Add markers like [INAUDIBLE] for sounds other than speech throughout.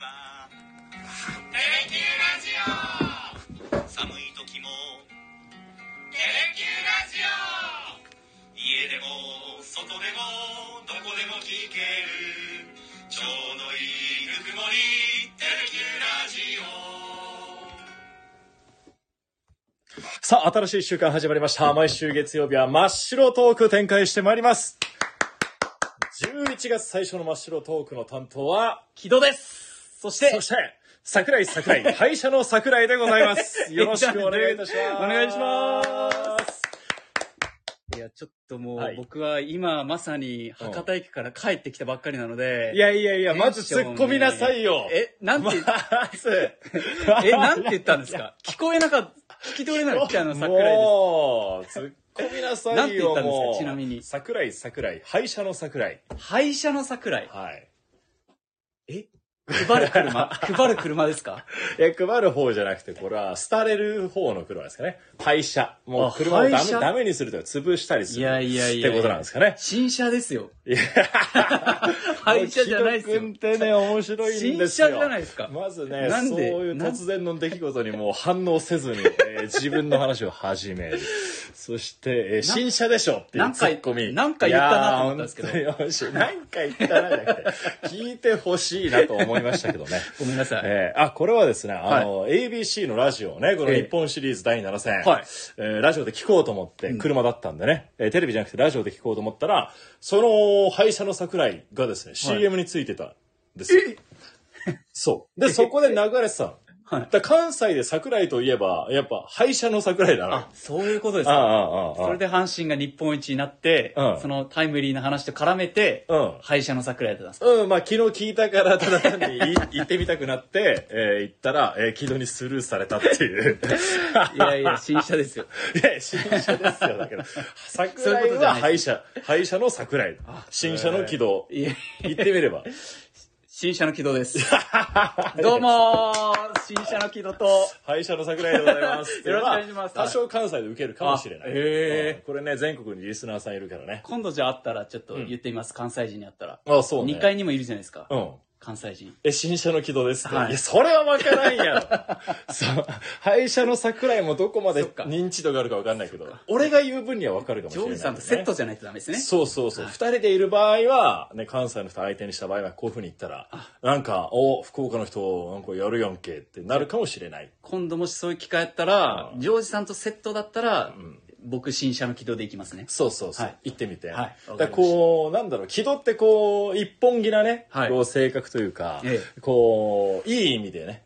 はテレキューラジオ寒い時もテレキューラジオ家でも外でもどこでも聞けるちょうどいいぬくもりテレキューラジオさあ、新しい週間始まりました。毎週月曜日は真っ白トーク展開してまいります。11月最初の真っ白トークの担当は、木戸ですそしてそして、桜井桜 [LAUGHS] 井、会社の桜井でございます。よろしくお願いいたします。。お願いしますいや、ちょっともう、はい僕は今まさに博多駅から帰ってきたばっかりなので。いやいやいや、まず突っ込みなさいよ。え、なんて、まずえ、なんて言ったんですか [LAUGHS] 聞こえなかった、 [LAUGHS] 聞き取れなかったあの桜井でもう、突っ込みなさいよ。なんて言ったんですかもうちなみに桜井桜井、廃車の桜井。す。廃車の桜井。はい。配る車。配る車ですかいや、配る方じゃなくて、これは、廃れる方の車ですかね。廃車。もう、あ車をダ廃メ車ダメにするというか、潰したりする。いやいやいやってことなんですかね。新車ですよ。 [LAUGHS] 廃車じゃないですよもう。木戸君ってね、面白いんですよ。新車じゃないですかまずね、なんでそういうなん突然の出来事にもう反応せ [LAUGHS] ずに、えー自分の話を始める。そして、えー新車でしょっていうなんツかッコミ。なんか言ったなと思ったんですけどいやー本当に面白いなんか言ったなじゃなくて、聞いてほしいなと思いましたけどね。 [LAUGHS] ごめんなさい。えーあ、これはですね、あの、ABC のラジオね、この日本シリーズ第7戦、はいえーラジオで聞こうと思って、車だったんでね、えーテレビじゃなくてラジオで聞こうと思ったら、その、廃車の桜井がですね、CM についてたんですよ。そう。で、そこで流れてたの。はいだから関西で桜井といえば、やっぱ、廃車の桜井だな。あ、そういうことですああ、か。ああ、ああ。それで阪神が日本一になってうん、そのタイムリーな話と絡めてうん、廃車の桜井だったんです。うん、まあ昨日聞いたから、ただ単にい [LAUGHS] 行ってみたくなって、えー行ったら、えー、軌道にスルーされたって [LAUGHS] いう。いやいや、新車ですよ。いや、新車ですよ。だけど、桜井は廃車。廃車の桜井。新車の軌道。いや言ってみれば。新車の木戸 [LAUGHS] です。どうもー新車の木戸と、廃車の桜井でございます。よろしくお願いしますこれは多少関西で受けるかもしれない。あへうんこれね、全国にリスナーさんいるからね。今度じゃあ会ったらちょっと言ってみます。関西人に会ったら。あ、そうね。 2階にもいるじゃないですか。うん。関西人。え、新車の軌道ですって。はいい、や、それはわからんやろ。 [LAUGHS] そう。廃車の桜井もどこまでそっか認知度があるかわかんないけど、俺が言う分にはわかるかもしジれョない、ね。ージさんとセットじゃないとダメですね。そうそうそう。二、人でいる場合は、ね、関西の人相手にした場合は、こういう風に言ったら、なんか、お、福岡の人、なんかやるやんけってなるかもしれない。今度もしそういう機会あったら、ジョージさんとセットだったら、僕新車の軌道で行きますね。そうそうそう。はい行ってみて。はいだからこう、なんだろう、気取ってこう、一本気なね、はいこう性格というか、えこう、いい意味でね、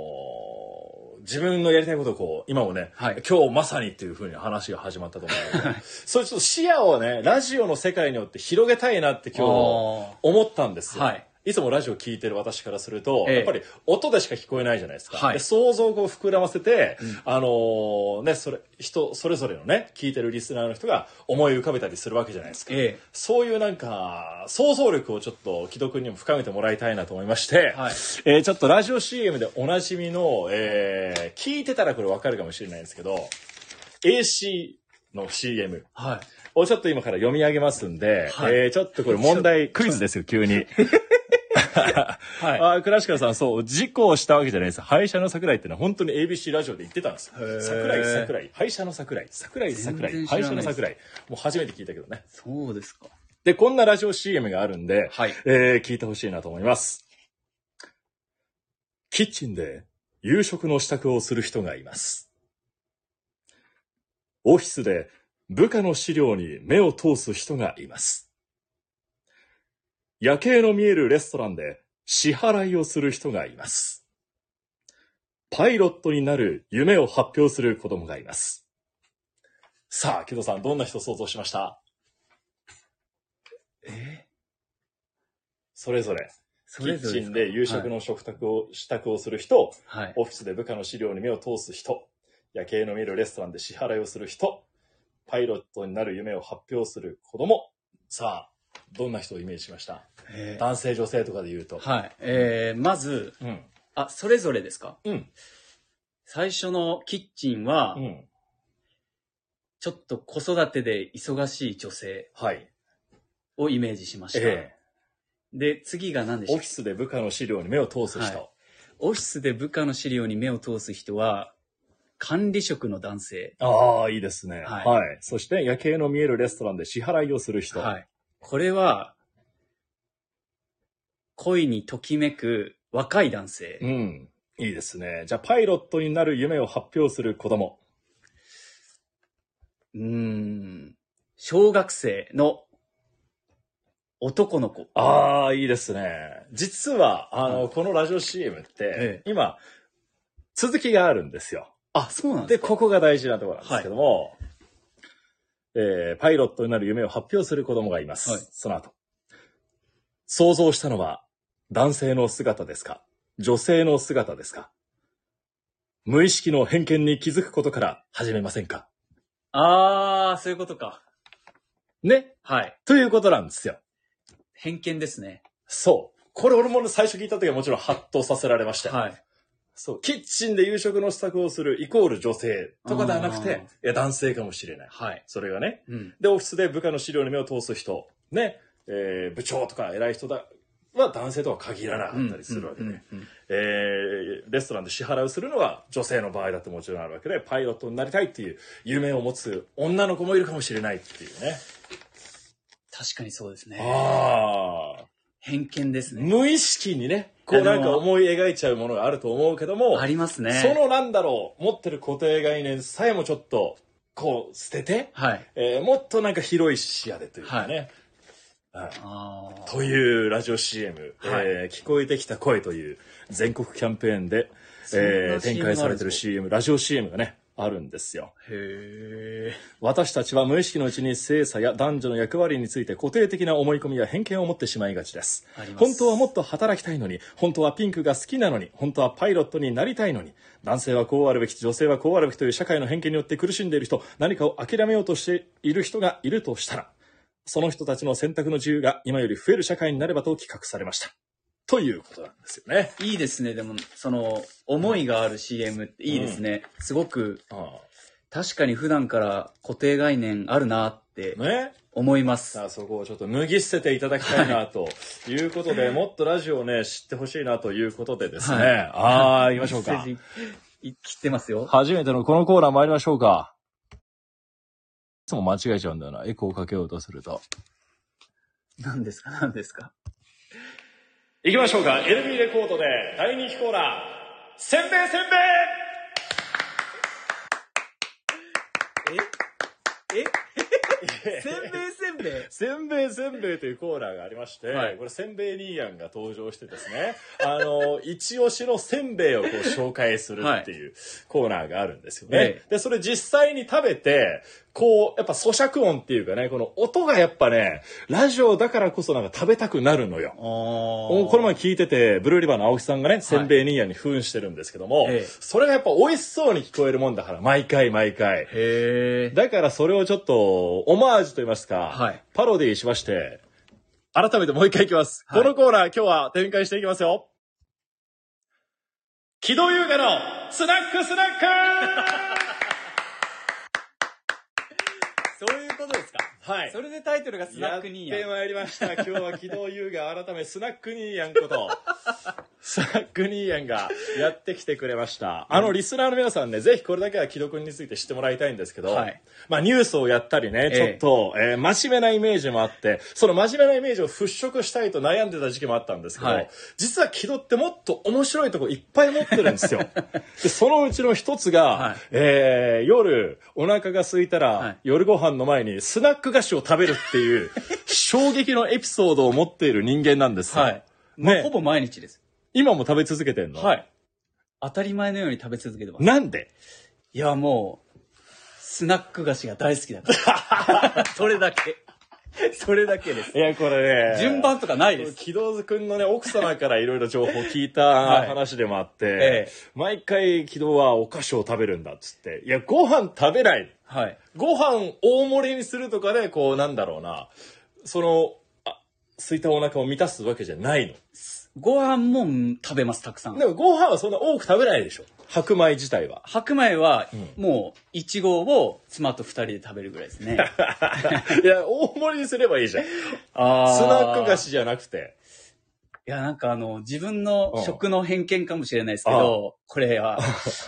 こう、自分のやりたいことをこう、今もね、はい今日まさにっていう風に話が始まったと思うんだけど、そういうちょっと視野をね、ラジオの世界によって広げたいなって今日おー思ったんですよ。はいいつもラジオ聞いてる私からすると、ええやっぱり音でしか聞こえないじゃないですか。はいで想像をこう膨らませて、あのーね、それ、人、それぞれのね、聞いてるリスナーの人が思い浮かべたりするわけじゃないですか。ええそういうなんか、想像力をちょっと、木戸君にも深めてもらいたいなと思いまして、はいえーちょっとラジオ CM でおなじみの、えー聞いてたらこれわかるかもしれないんですけど、AC の CM。はい。をちょっと今から読み上げますんで、はいえーちょっとこれ問題、クイズですよ、急に。 [LAUGHS] はい。あー倉敷さん、そう、事故をしたわけじゃないです。廃車の桜井ってのは本当に ABC ラジオで言ってたんですよ。ー桜井、桜井、廃車の桜井、桜井、桜井、全然知廃らない車の桜井。もう初めて聞いたけどね。そうですか。で、こんなラジオ CM があるんで、はいえー聞いてほしいなと思います。キッチンで夕食の支度をする人がいます。オフィスで部下の資料に目を通す人がいます。夜景の見えるレストランで支払いをする人がいます。パイロットになる夢を発表する子供がいます。さあ、木戸さん、どんな人想像しましたそれぞれ。そキれッぞれチですンかで夕食の食卓を、支度をする人、はい。オフィスで部下の資料に目を通す人、夜景の見えるレストランで支払いをする人、パイロットになる夢を発表する子供。さあ、どんな人をイメージしましたえー男性、女性とかで言うと。はい。えー、まず、うん。あ、それぞれですかうん。最初のキッチンはう、ん。ちょっと子育てで忙しい女性はい。をイメージしました。えで、次が何でしオたフィスで部下の資料に目を通す人。はオフィスで部下の資料に目を通す人は、管理職の男性。ああ、いいですね、は。はいいそして夜景の見えるレストランで支払いをする人。はい。これは、恋にときめく若い男性。うん。いいですね。じゃあ、パイロットになる夢を発表する子供。うーん。小学生の男の子。ああ、いいですね。実は、あの、はこのラジオ CM ってえ、今、続きがあるんですよ。あ、そうなんで、ですかここが大事なところなんですけども、えーパイロットになる夢を発表する子供がいます。はいその後。想像したのは、男性の姿ですか女性の姿ですか無意識の偏見に気づくことから始めませんかあー、そういうことか。ねはい。ということなんですよ。偏見ですね。そう。これ俺も最初聞いた時はもちろんハッとさせられましたよ。はい。そう。キッチンで夕食の支度をするイコール女性とかではなくあーて、いや、男性かもしれない。はい。それがね。うん。で、オフィスで部下の資料に目を通す人、ね、えー部長とか偉い人だ、は男性とは限らなかったりするわけで、うんうんうんえーレストランで支払いをするのは女性の場合だってもちろんあるわけで、パイロットになりたいっていう夢を持つ女の子もいるかもしれないっていうね。確かにそうですね。ああ。偏見ですね。無意識にね、こうなんか思い描いちゃうものがあると思うけども、ありますね。そのなんだろう、持ってる固定概念さえもちょっと、こう、捨てて、はい。えーもっとなんか広い視野でというかね、はいあーというラジオ CM、はいえー聞こえてきた声という全国キャンペーンで、そんな CM えー展開されてる CM、ラジオ CM がね、あるんですよ。へ私たちは無意識のうちに性差や男女の役割について固定的な思い込みや偏見を持ってしまいがちですあります本当はもっと働きたいのに本当はピンクが好きなのに本当はパイロットになりたいのに男性はこうあるべき女性はこうあるべきという社会の偏見によって苦しんでいる人何かを諦めようとしている人がいるとしたらその人たちの選択の自由が今より増える社会になればと企画されましたということなんですよねえ。いいですね。でも、その、思いがある CM っていいですね。すごく、あ確かに普段から固定概念あるなってあね思います。さあそこをちょっと脱ぎ捨てていただきたいなということで、もっとラジオをね、知ってほしいなということでですね。はいああ、行きましょうメッかセ。ージい切ってますよ。初めてのこのコーナー参りましょうか。いつも間違えちゃうんだよな。エコーをかけようとすると。何ですか何ですか行きましょうか。LB レコードで大人気コーナー、せんべいせんべいえ [LAUGHS] えせんべいせんべいせんべいせんべいというコーナーがありまして、はいこれせんべい兄やんが登場してですね、あの、一押しのせんべいをこう紹介するっていうコーナーがあるんですよね。えで、それ実際に食べて、こう、やっぱ咀嚼音っていうかね、この音がやっぱね、ラジオだからこそなんか食べたくなるのよ。おこの前聞いてて、ブルーリバーの青木さんがね、せんべい兄やんに扮してるんですけども、ええそれがやっぱ美味しそうに聞こえるもんだから、毎回毎回。へえ。だからそれをちょっと、オマージュと言いますか、はいパロディーしまして、改めてもう一回いきます。はいこのコーナー今日は展開していきますよ。木戸優雅のスナックスナックそういうことですかはい。それでタイトルがスナックニーやってヤまいりました。今日は木戸優雅改めスナックニーヤン [LAUGHS] こと、スナックニーヤンがやってきてくれました。あの、リスナーの皆さんね、ぜひこれだけは木戸くんについて知ってもらいたいんですけど、はいまあニュースをやったりね、ちょっええと、えー真面目なイメージもあって、その真面目なイメージを払拭したいと悩んでた時期もあったんですけど、はい実は木戸ってもっと面白いとこいっぱい持ってるんです [LAUGHS] よ。でそのうちの一つが、はいえー夜お腹が空いたら、はい夜ご飯の前にスナック菓子を食べるっていう衝撃のエピソードを持っている人間なんですー。よ。はい。ね、ほぼ毎日です。今も食べ続けてんの、い。当たり前のように食べ続けてます。なんでいや、もう、スナック菓子が大好きだから。 [LAUGHS] それだけ。それだけですい。や、これね。 [LAUGHS] 順番とかないです。木戸君のね、奥様からいろいろ情報を聞いたはい話でもあって、ええ毎回木戸はお菓子を食べるんだっつって、いや、ご飯食べない。はい。ご飯大盛りにするとかで、こう、なんだろうな、その、あ空いたお腹を満たすわけじゃないの。ご飯も食べます、たくさん。でもご飯はそんな多く食べないでしょ。白米自 [LAUGHS] 体は。白米はうん、もう、いちごを妻と二人で食べるぐらいで [LAUGHS] すね。いや、大盛りにすればいいじゃん。スあーナック菓子じゃなくて。いや、なんかあの、自分のうん食の偏見かもしれないですけど、こ [LAUGHS] れは、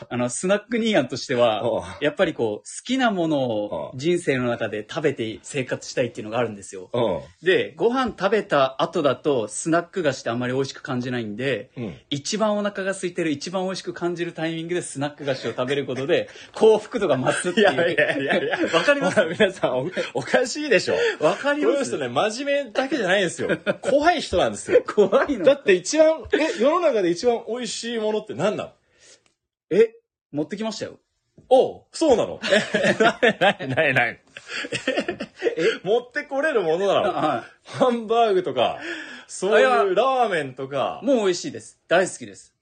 あの、スナックニーヤンとしては、うやっぱりこう、好きなものをうん人生の中で食べて生活したいっていうのがあるんですよ。ん。うん。で、ご飯食べた後だと、スナック菓子ってあんまり美味しく感じないんで、うん。一番お腹が空いてる、一番美味しく感じるタイミングでスナック菓子を食べること [LAUGHS] で、幸福度が増すっていいう。やいやいやいや。わかりますほら皆さんお、おかしいでしょ。わかこりまのす人ね、真面目だけじゃないんですよ。 [LAUGHS] 怖い人なんですよ。怖いだの。って一番、え、世の中で一番美味しいものって何なのえ、持ってきましたよ。おうそうなのえ、 [LAUGHS] ないないない。え、持ってこれるものなのはハンバーグとか、そういうラーメンとかい。、もう美味しいです。大好きです。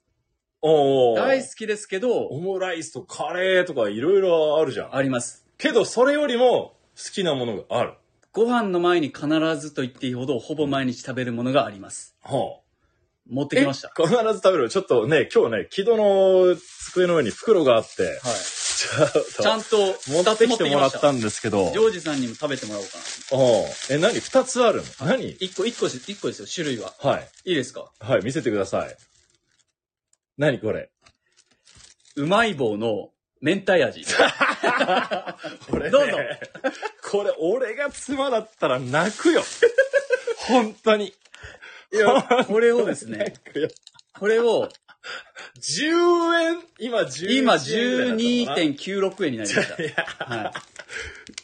おう大好きですけど、オムライスとカレーとかいろいろあるじゃん。あります。けどそれよりも好きなものがある。ご飯の前に必ずと言っていいほど、ほぼ毎日食べるものがあります。ほう。持ってきました。は必ず食べる。ちょっとね、今日ね、木戸の机の上に袋があって、い。ちょっとちゃんと、持ってきてもらっ二つた持ってきまんですけどした。ジ、ョージさんにも食べてもらおうかな。おうえ、何二つあるの何一個、一個し、一個ですよ、種類は。はい。いいですかはい、見せてください。何これうまい棒の明太味。 [LAUGHS] これ、ね、どうぞこれ、俺が妻だったら泣くよ。本当に。いやこれをですね、泣くよ。これを、 10円今11円。今12.96円になりました。はい、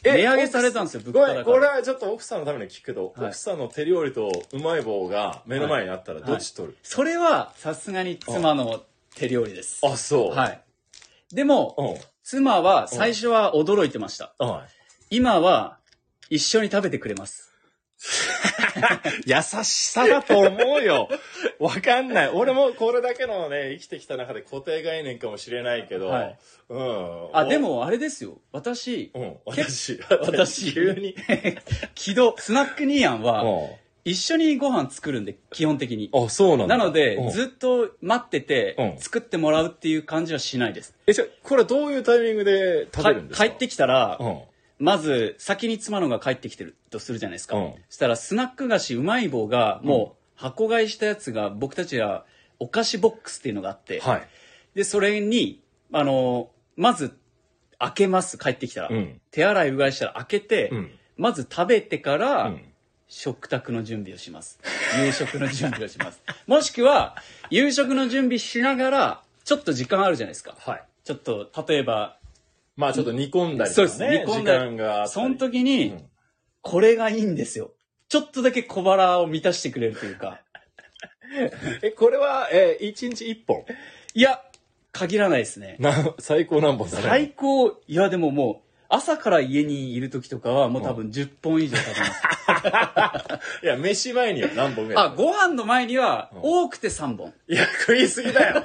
値上げされたんですよ、物ご価めん、高これで。はちょっと奥さんのために聞くけど、はい奥さんの手料理とうまい棒が目の前にあったらどっち取る、それは、さすがに妻の手料理です。あ、そう。はい。でも、うん。妻は最初は驚いてました。はい。今は一緒に食べてくれます。優しさだと思うよ。わかんない。俺もこれだけのね、生きてきた中で固定概念かもしれないけど、はいうん。あ、で、もあれですよ。私、うん、私、私急に。木戸、スナックニーヤンはう一緒にご飯作るんで、基本的ん。に。あ、そうなんだ。なので、うんずっと待っててう、ん作ってもらうっていう感じはしないです。え、じゃあこれはどういうタイミングで食べるんですかか帰ってきたら、うん。まず先に妻のが帰ってきてるとするじゃないですか、うんそしたらスナック菓子うまい棒がもう箱買いしたやつが僕たちはお菓子ボックスっていうのがあって、はい。でそれにあのまず開けます帰ってきたら、うん。手洗いうがいしたら開けて、うん。まず食べてかうら、ん。食卓の準備をします夕食の準備をします [LAUGHS] もしくは夕食の準備しながらちょっと時間あるじゃないですかはい。ちょっと例えばまあちょっと煮込んだりとかね。そうです煮込んだり時間があったり。その時に、うんこれがいいんですよ。ちょっとだけ小腹を満たしてくれるというか。え、これは、えー、1日1本。いや、限らないですね。な、最高何本だね。最高、いやでももう、朝から家にいる時とかはもう多分10本以上食 [LAUGHS] べます。いや、飯前には何本ぐらいあ、ご飯の前には多くて3本。いや、食いすぎだよ。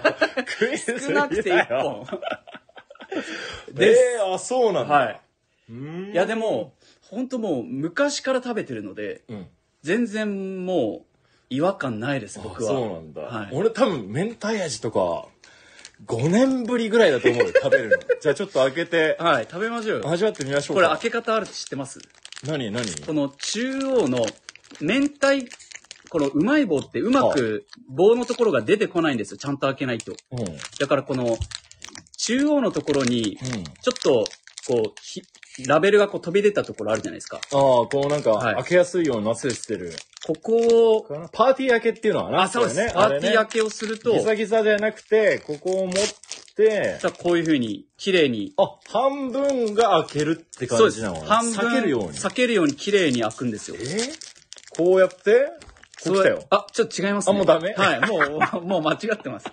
食いすぎだよ。 [LAUGHS] 少なくて1本。でです。えー、あ、そうなんだ。はい。うーん。いやでも、本当もう昔から食べてるので、うん。全然もう違和感ないです、あ僕は。そうなんだ。はい俺多分、明太味とか、5年ぶりぐらいだと思うよ、食べ [LAUGHS] るの。じゃあちょっと開けて、はい、食べましょうよ。味わってみましょうこれか。開け方あるって知ってます何何この中央の明太、このうまい棒ってうまく棒のところが出てこないんですよ。ちゃんと開けないと。うん。うん。だからこの中央のところに、ちょっとこうひ、ラベルがこう飛び出たところあるじゃないですか。ああ、こうなんか、はい開けやすいようになってしてる。ここを、パーティー開けっていうのはな。あ、そうです。ね。パーティー開けけをすると、ギザギザじゃなくて、ここを持って、さこういうふうに、綺麗に、あ、半分が開けるってそう感でじす。なのね半分、避けるように。避けるように綺麗に開くんですよ。えこうやって、こう来たよそれ。あ、ちょっと違いますね。あもうダメはい、もう、 [LAUGHS] もう間違って [LAUGHS] ます。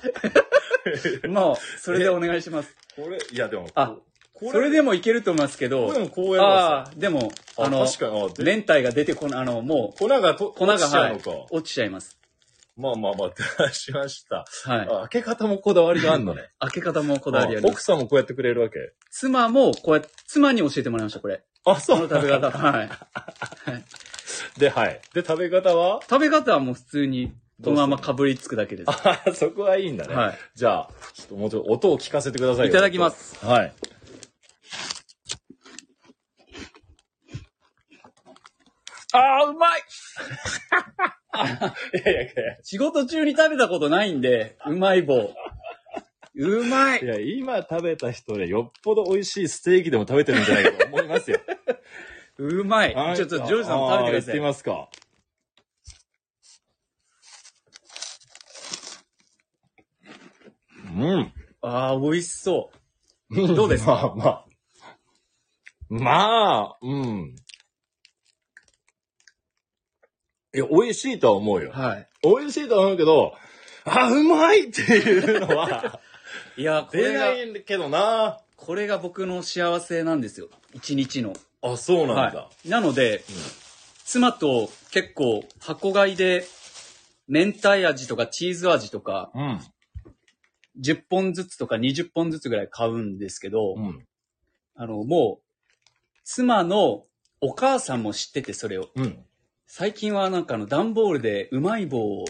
もう、それでお願いします。これ、いやでも、あ、こそれでもいけると思いますけど、これでもこうやればああ、でも、さあの、確かに、あで連帯が出てこない、あの、もう、粉がと、粉が、落ちちゃはうのいか。、落ちちゃいます。まあまあまあ、出しました。はい。あ開け方もこだわりがあるのね。開け方 [LAUGHS] もこだわりありま奥す。さんもこうやってくれるわけ。妻も、こうやって、妻に教えてもらいました、これ。あ、そこの食 [LAUGHS] べ方。はい。で、はい。で、食べ方は食べ方はもう普通に、このままかぶりつくだけです。あーそこはいいんだね。はいじゃあ、ちょっともうちょっと音を聞かせてくださいよいただきま。す。はい。ああ、うまいいやいやい仕事中に食べたことないんで、うまい棒。 [LAUGHS] うまいや、いや、今食べた人でよっぽど美味しいステーキでも食べてるんじゃないかと思いますよ。うまいはいちょっとジョージさんもあ食べてくだーやってみさい。ますか。うん。ああ、美味しそう。どうですかま [LAUGHS] あまあ。まあ、うん。いや、美味しいとは思うよ。は美味しいとは思うけど、あ、うまいっていうの [LAUGHS] はい。いや、こ出れがな、いけどな。これが僕の幸せなんですよ。一日の。あ、そうなんだ。はい。なので、妻と結構箱買いで、明太味とかチーズ味とか、10本ずつとか20本ずつぐらい買うんですけど、うん。うん。あの、もう、妻のお母さんも知ってて、それを。うん。最近はなんかあの、段ボールでうまい棒を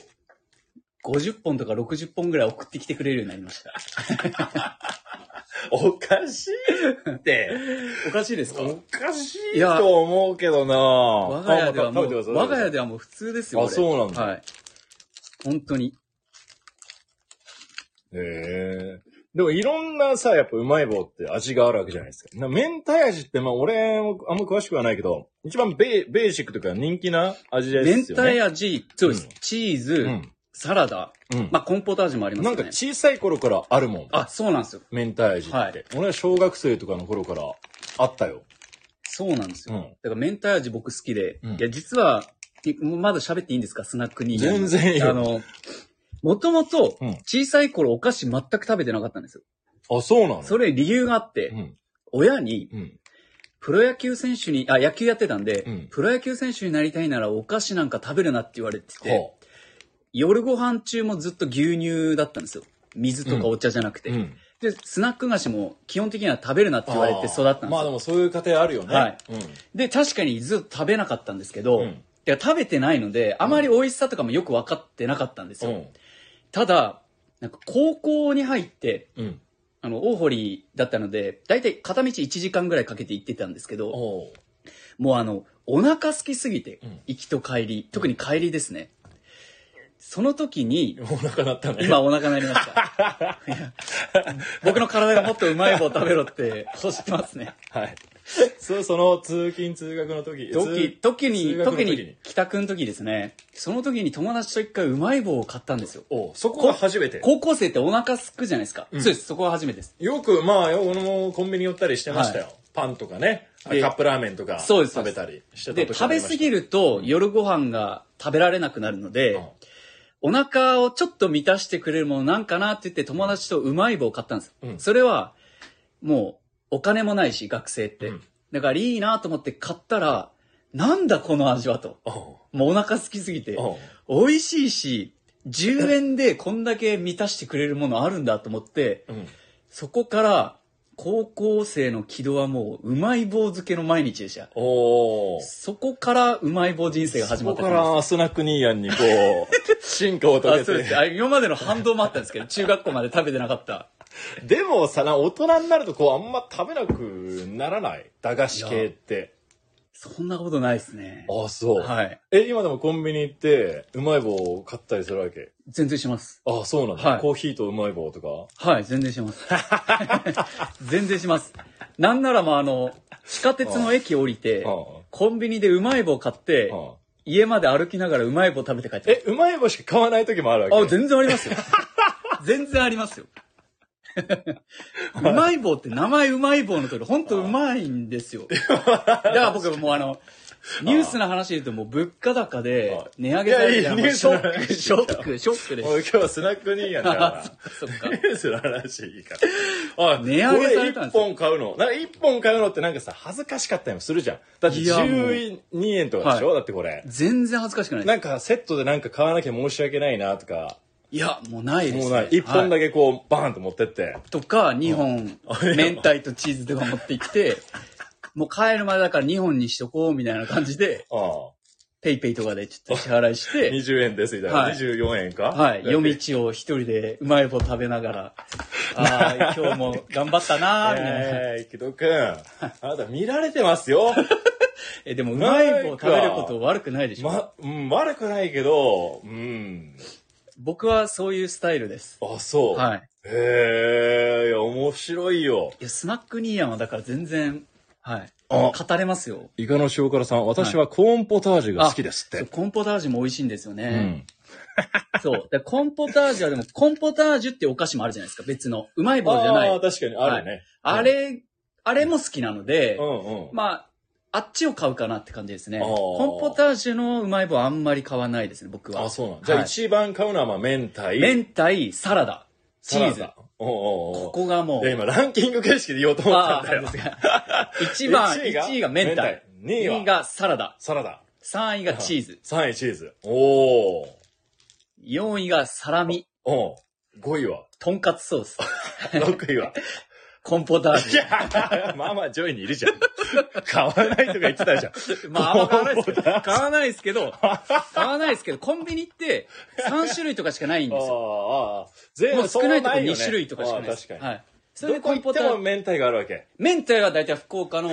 50本とか60本ぐらい送ってきてくれるようになりました。おかしいって。おかしいですかおかしいいやと思うけどな我が家ではもあまあ食べてくださう、い我が家ではもう普通ですよ。あこれそうなんだはい。本当に。へえ。でもいろんなさ、やっぱうまい棒って味があるわけじゃないですか。な明太味って、まあ俺もあんま詳しくはないけど、一番ベーベーシックというか人気な味で明すよね。太味、そうです。うんチーズ、うんサラダ、うん。まあ、コンポート味もありますなよんね。か小さい頃からあるもん。あ、そうなんですよ。明太味って、はい俺は小学生とかの頃からあったよ。そうなんですよ。うんだから明太味僕好きで、うんいや、実は、えもうまだ喋っていいんですかスナックに。全然いいよあの、もともとうん、小さい頃お菓子全く食べてなかったんですよ。あ、そうなのそれ理由があって、うん。親に、うん。プロ野球選手に、あ、野球やってたんで、うんプロ野球選手になりたいならお菓子なんか食べるなって言われてて、は夜ご飯中もずっと牛乳だったんですよ。水とかお茶じゃなくあて。うん。で、スナック菓子も基本的には食べるなって言われて育ったんですよ。まあでもそういう家庭あるよね。はいうん。で、確かにずっと食べなかったんですけど、うんいや食べてないので、あまり美味しさとかもよく分かってなかったんですうよ。ん。ただ、なんか高校に入って、うん。あの、大堀だったので、だいたい片道1時間ぐらいかけて行ってたんですけど、おうもうあの、お腹空きすぎてうん、行きと帰り、特に帰りですね。その時に、お腹鳴ったね。今お腹鳴りました。 [LAUGHS] いや僕の体がもっとうまい棒食べろって欲してますね。はい。そう、その通勤通学の時。時通、時に通、学の特に。帰宅の時ですね。その時に友達と一回うまい棒を買ったんですよ。おうそこが初めて。高校生ってお腹すくじゃないですか。うんそうです、そこは初めてです。よく、まあ、よ俺もコンビニ寄ったりしてましたよ。パンとかね。あカでップラーメンとかそう食ですそうでべすたりしてたで、時も食ありべました過ぎると夜ご飯が食べられなくなるので、お腹をちょっと満たしてくれるものなんかなって言って友達とうまい棒を買ったんですよ。うんそれは、もうお金もないし、学生って。うんだからいいなと思って買ったら、なんだこの味はと。うんおもうお腹空きすぎて。うおう美味しいし、10円でこんだけ満たしてくれるものあるんだと思って、うんそこから高校生の軌道はもううまい棒漬けの毎日でした。おうそこからうまい棒人生がそ始まっこたか感じですらスナックニーヤンにこう、進化をあ遂げそうですて。あ今までの反動もあったんですけど、中学校まで食べてなかった。でもさ、な大人になるとこう、あんま食べなくならない。駄菓子系って。そんなことないですね。あ、そう。はい。え、今でもコンビニ行って、うまい棒を買ったりするわけ全然します。あそうなんだ、はいコーヒーとうまい棒とかはい、全然し [LAUGHS] ます。全然します。なんならまああの、地下鉄の駅降りてああ、コンビニでうまい棒買って、ああ家まで歩きながらうまい棒食べて帰っえ、てうまい棒しか買わない時もあるわけあ、全然ありま [LAUGHS] すよ。全然ありますよ。うまい棒って名前うまい棒のとおり、ほんとうまいんですよ。だから僕もうあの、ニュースの話で言うともう物価高であ値上げされてるいやいやもうショニュースのック、話ショック、ショックでおい今日はスナックにやんだ [LAUGHS] から。す。そっか。ニュースの話いいから。あ、 [LAUGHS] 値上げされたんですよこれ一本買うの。なんか一本買うのってなんかさ、恥ずかしかったりもするじゃん。だっていやもう12円とかでしょ、だってこれ。全然恥ずかしくないでなす。んかセットでなんか買わなきゃ申し訳ないなとか、いや、もうないです、ね。もうない。一本だけ。けこう、バーンと持ってって。とか、2本、明太とチーズとか持ってきて、もう帰るまでだから2本にしとこうみたいな感じでああ。ペイペイとかでちょっと支払い [LAUGHS] して、 20円ですみたいな。はい24円かはい、夜道を一人でうまい棒食べながら、あ [LAUGHS] あ、今日も頑張ったなーみたいな。えー、木戸くん。 [LAUGHS] あなた見られてますよ。え、でもうまい棒食べること悪くないでしょ、ま、うん、悪くないけど、うん。僕はそういうスタイルです。あ、そう。はい。へえ、いや、面白いよ。いや、スナックニーヤンはだから全然、はい。あ語れますよ。イカの塩辛さん、私はコーンポタージュが好きですって。そうコンポタージュも美味しいんですようね。ん。そう。でコンポタージュはでも、コンポタージュってお菓子もあるじゃないですか、別の。うまい棒じゃない。あああ、確かに、あるね。れ、あれも好きなので、うんうん。まあ、あっちを買うかなって感じですね。あーコンポタージュのうまい棒あんまり買わないですね、僕は。あ、そうなん。じゃあはい一番買うのは、まあ、明太。明太、サラダ、チーサズ。ラダ。おうおうおうここがもいや、う、今、ランキング形式で言おうと思ったあんーだなんよで。すが一番、 [LAUGHS] 一位が1位が明太明太、二位は2位がサラダ、サラダ。 3位がチーズ、 3位チーズ。おお。 4位がサラミ、おう5位 [LAUGHS] はとんかつソース、 ?6 位はコンポタージいや、 [LAUGHS] まあまあ上位にいるじゃん。買わないとか言ってたじゃん。ュ。 [LAUGHS] まあ、あんま買わないですけど、買わないですけど、買わないですけど、コンビニって3種類とかしかないんです [LAUGHS] よ。ああ、全も部う少ないとこ2種類とかしかないです。確かはに。い。それどでこ行コンっポてタもージ明ュ。太があるわけ。明太は大体福岡の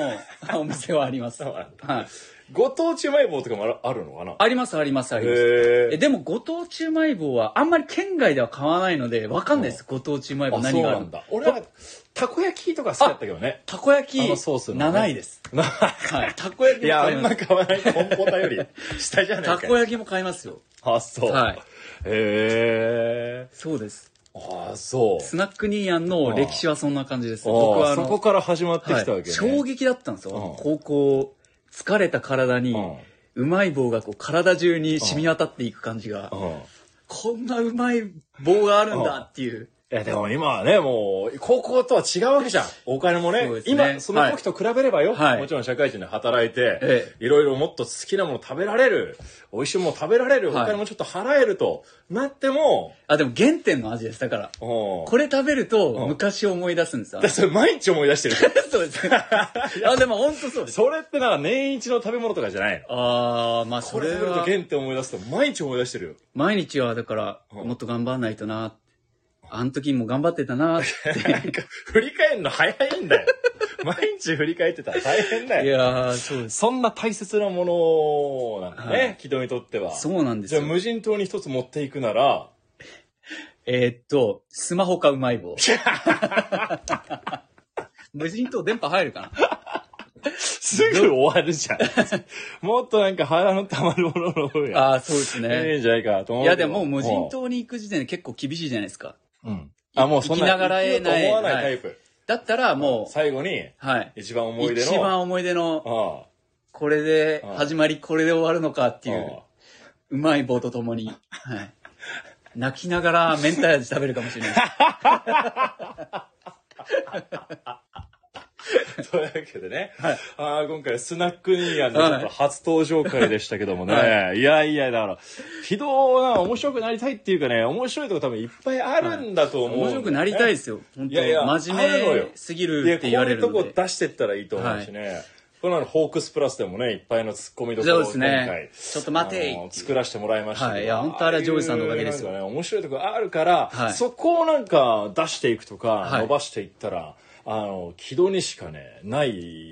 お店はあります。そうはなんい。ご当地うまい棒とかもあるあるのかなあります、あります、あります。えへえ。でも、ご当地うまい棒は、あんまり県外では買わないので、わかんないです。ご当地うまい棒あ、何そうがあなるんのだ。俺は、たこ焼きとか好きだったけどね。たこ焼き、あのソースのね7位です。はい。たこ焼き [LAUGHS] いもや、あ買いんま。ます買わない。コンポタより下じゃないかたよ。こ焼きも買いますよ。あ、そう。はいへえ。そうです。あ、そう。スナックニーヤンの歴史はそんな感じです。あー僕はあその、こから始まってきたわはけい、ね。衝撃だったんですよ。うん高校、疲れた体に、うまい棒がこう体中に染み渡っていく感じが、うん。うん。こんなうまい棒があるんだっていう。いや、でも今はね、もう、高校とは違うわけじゃん。お金もね、そうですね今、その時と比べればよ、はいもちろん社会人で働いて、えいろいろもっと好きなもの食べられる、美味しいもの食べられる、はいお金もちょっと払えるとなっても、あ、でも原点の味です。だから、うんこれ食べるうとん昔を思い出すんです [LAUGHS] よだ。それ毎日思い出してる。 [LAUGHS] [LAUGHS] そうです。 [LAUGHS] あ、でも本当そうです。それってなんか年一の食べ物とかじゃないのあー、まあこそれれ食べるとは、原点思い出すと毎日思い出してるよ。毎日はだから、うんもっと頑張んないとなって。あの時も頑張ってたなって。なん [LAUGHS] か、 [LAUGHS] 振り返るの早いんだよ。毎日振り返ってたら大変だいよ。やー、そうです。そんな大切なものなんだね、はい木戸にとっては。そうなんですじゃよあ。無人島に一つ持っていくなら、えーっと、スマホかうまい棒。 [LAUGHS] 無人島電波入るかなすぐ終わるじゃん。 [LAUGHS] もっとなんか腹の溜まるものの方が、 [LAUGHS] ああー、そうですいいね。んじゃないかなと思いうけど。や、でももう無人島に行く時点で結構厳しいじゃないですか。うん。うん。あ、もうそんな、生きながら生きよえうないと思わないタイプ。だったらもう、最後に、はい。一番思い出の。一番思い出の、あこれでうん始まり、これで終わるのかっていあう、うまい棒とともに、はい。泣きながら明太味食べるかもしれない。あ。というわけでね、ああ今回スナックニーヤンのちょっとはい初登場会でしたけどもね、、はいやいや、だから、非道な面白くなりたいっていうかね、面白いとこ多分いっぱいあるんだ [LAUGHS] と思う、面白くなりたいいですよ。本いやいや当真あるの面よ目すぎるって言われるいやこうのいうでと。こ出してったらいいと思うしね、このホークスプラスでもねいっぱいのツッコミどこそろうをです今回、ね。ちょっと待てあのい。作らせてもらいましたけど、はいいや本当あれはジョージさんのおかげですよああいうなんかね、面白いとこあるから、はいそこをなんか出していくとか、はい伸ばしていったらあの軌道にしかねない [LAUGHS]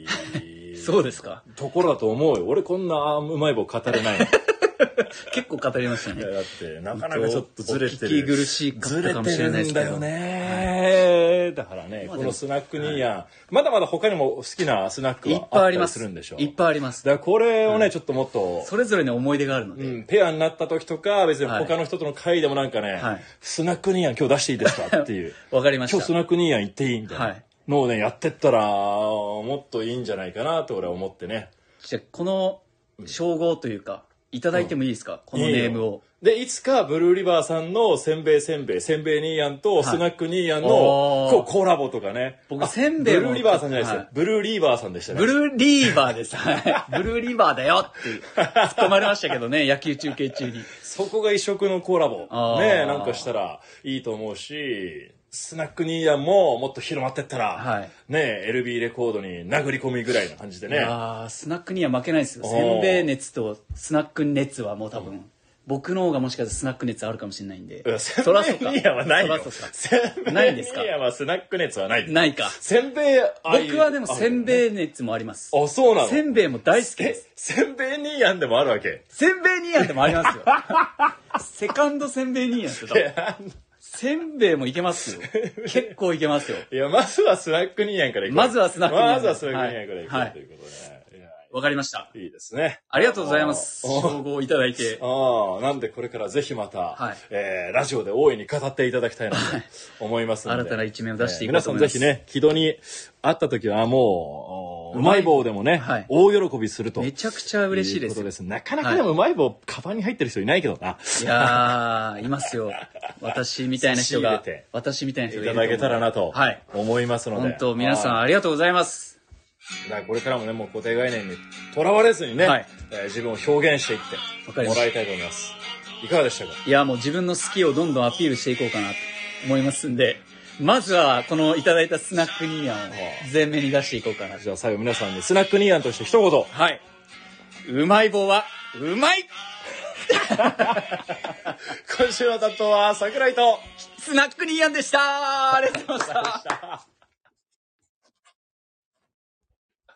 そうですか。ところだと思うよ俺こんなうまい棒語れないの結構語りましたね。だってなかなかちょっとずれてるお聞き苦しかったかもしれないですけどずれてるんだよね、だからねまこあでものスナックニーヤン、まだまだ他にも好きなスナックいっはぱいああっりたまりす。するんでしょいっぱいあります。だからこれをね、ちょっともっとそれぞれに思い出があるのうで。ん、ペアになった時とか別にはい他の人との会でもなんかね、はいスナックニーヤン今日出していいですかっていう [LAUGHS] わかりま今日しスた。ナックニーヤン行っていいみたいな、はいのをねやってったらもっといいんじゃないかなと俺は思ってねじゃあこの称号というか、いただいてもいいですかこのネームを。でいつかブルーリバーさんのせんべいせんべいせんべいニーヤンといスナックニーヤンの、おーこうコラボとかね僕あせんべいブもルーリバーさんじゃないですよ、はいブルーリーバーさんでしたねブルーリーバーです。はいブルーリーバーだよって突っ込まれましたけどね、野球中継中に。そこが異色のコラボあーねなんかしたらいいと思うしスナックニーヤンももっと広まってったら、はいねえ、LB レコードに殴り込みぐらいな感じでね。ああ、スナックには負けないですよ。おーせんべい熱とスナック熱はもう多分、僕の方がもしかしたらスナック熱あるかもしれないんで。せんそらそべうかいニーヤンはないよそらそうか。せんべいないんですかニーヤンはスナック熱はない。ないか。せんべい愛僕はでもせんい。べい熱もあります。あ、そうなのせんべいも大好きでえす。、せんべいニーヤンでもあるわけ。せんべいニーヤンでもありま [LAUGHS] すよ。セカンドせんべいニーヤンって多い分やせんべいもいけますよ。結構いけますよ。 [LAUGHS] いや、まずはスナックニーヤンから行こう。まずはスナックニーヤンまずはスナックニーヤンから行こう、はいということでね。わかりました。いやいいですね。ありがとうございます。おー称号をいただいて。ああ、なんでこれからぜひまた、はいえーラジオで大いに語っていただきたいなと思いますので。新たな一面を出していこ皆うとさん思いまぜす。ひね、木戸に会った時はもう、ううままいい棒棒でもね、はい大喜びすると。めちゃくちゃ嬉しいでうこすとよ。です。なかなかでもうまい棒、カバンに入ってる人いないけどな。いやー、いますよ。私みたいな人差しが入れて、私みたいない人がたると思だうけたらなとはい。思いますので。本当、皆さんはいありがとうございます。だからこれからもね、もう固定概念にとらわれずにね、はいえー自分を表現していっわてかもりましたらいたいと思います。いかがでしたかいや、もう自分の好きをどんどんアピールしていこうかなと思いますんで、まずは、このいただいたスナックニーヤンを前面に出していこうかなと。じゃあ最後皆さんにスナックニーヤンとして一言。はい。うまい棒は、うまい今週の担当は桜井とスナックニーヤンでしたありがとうございました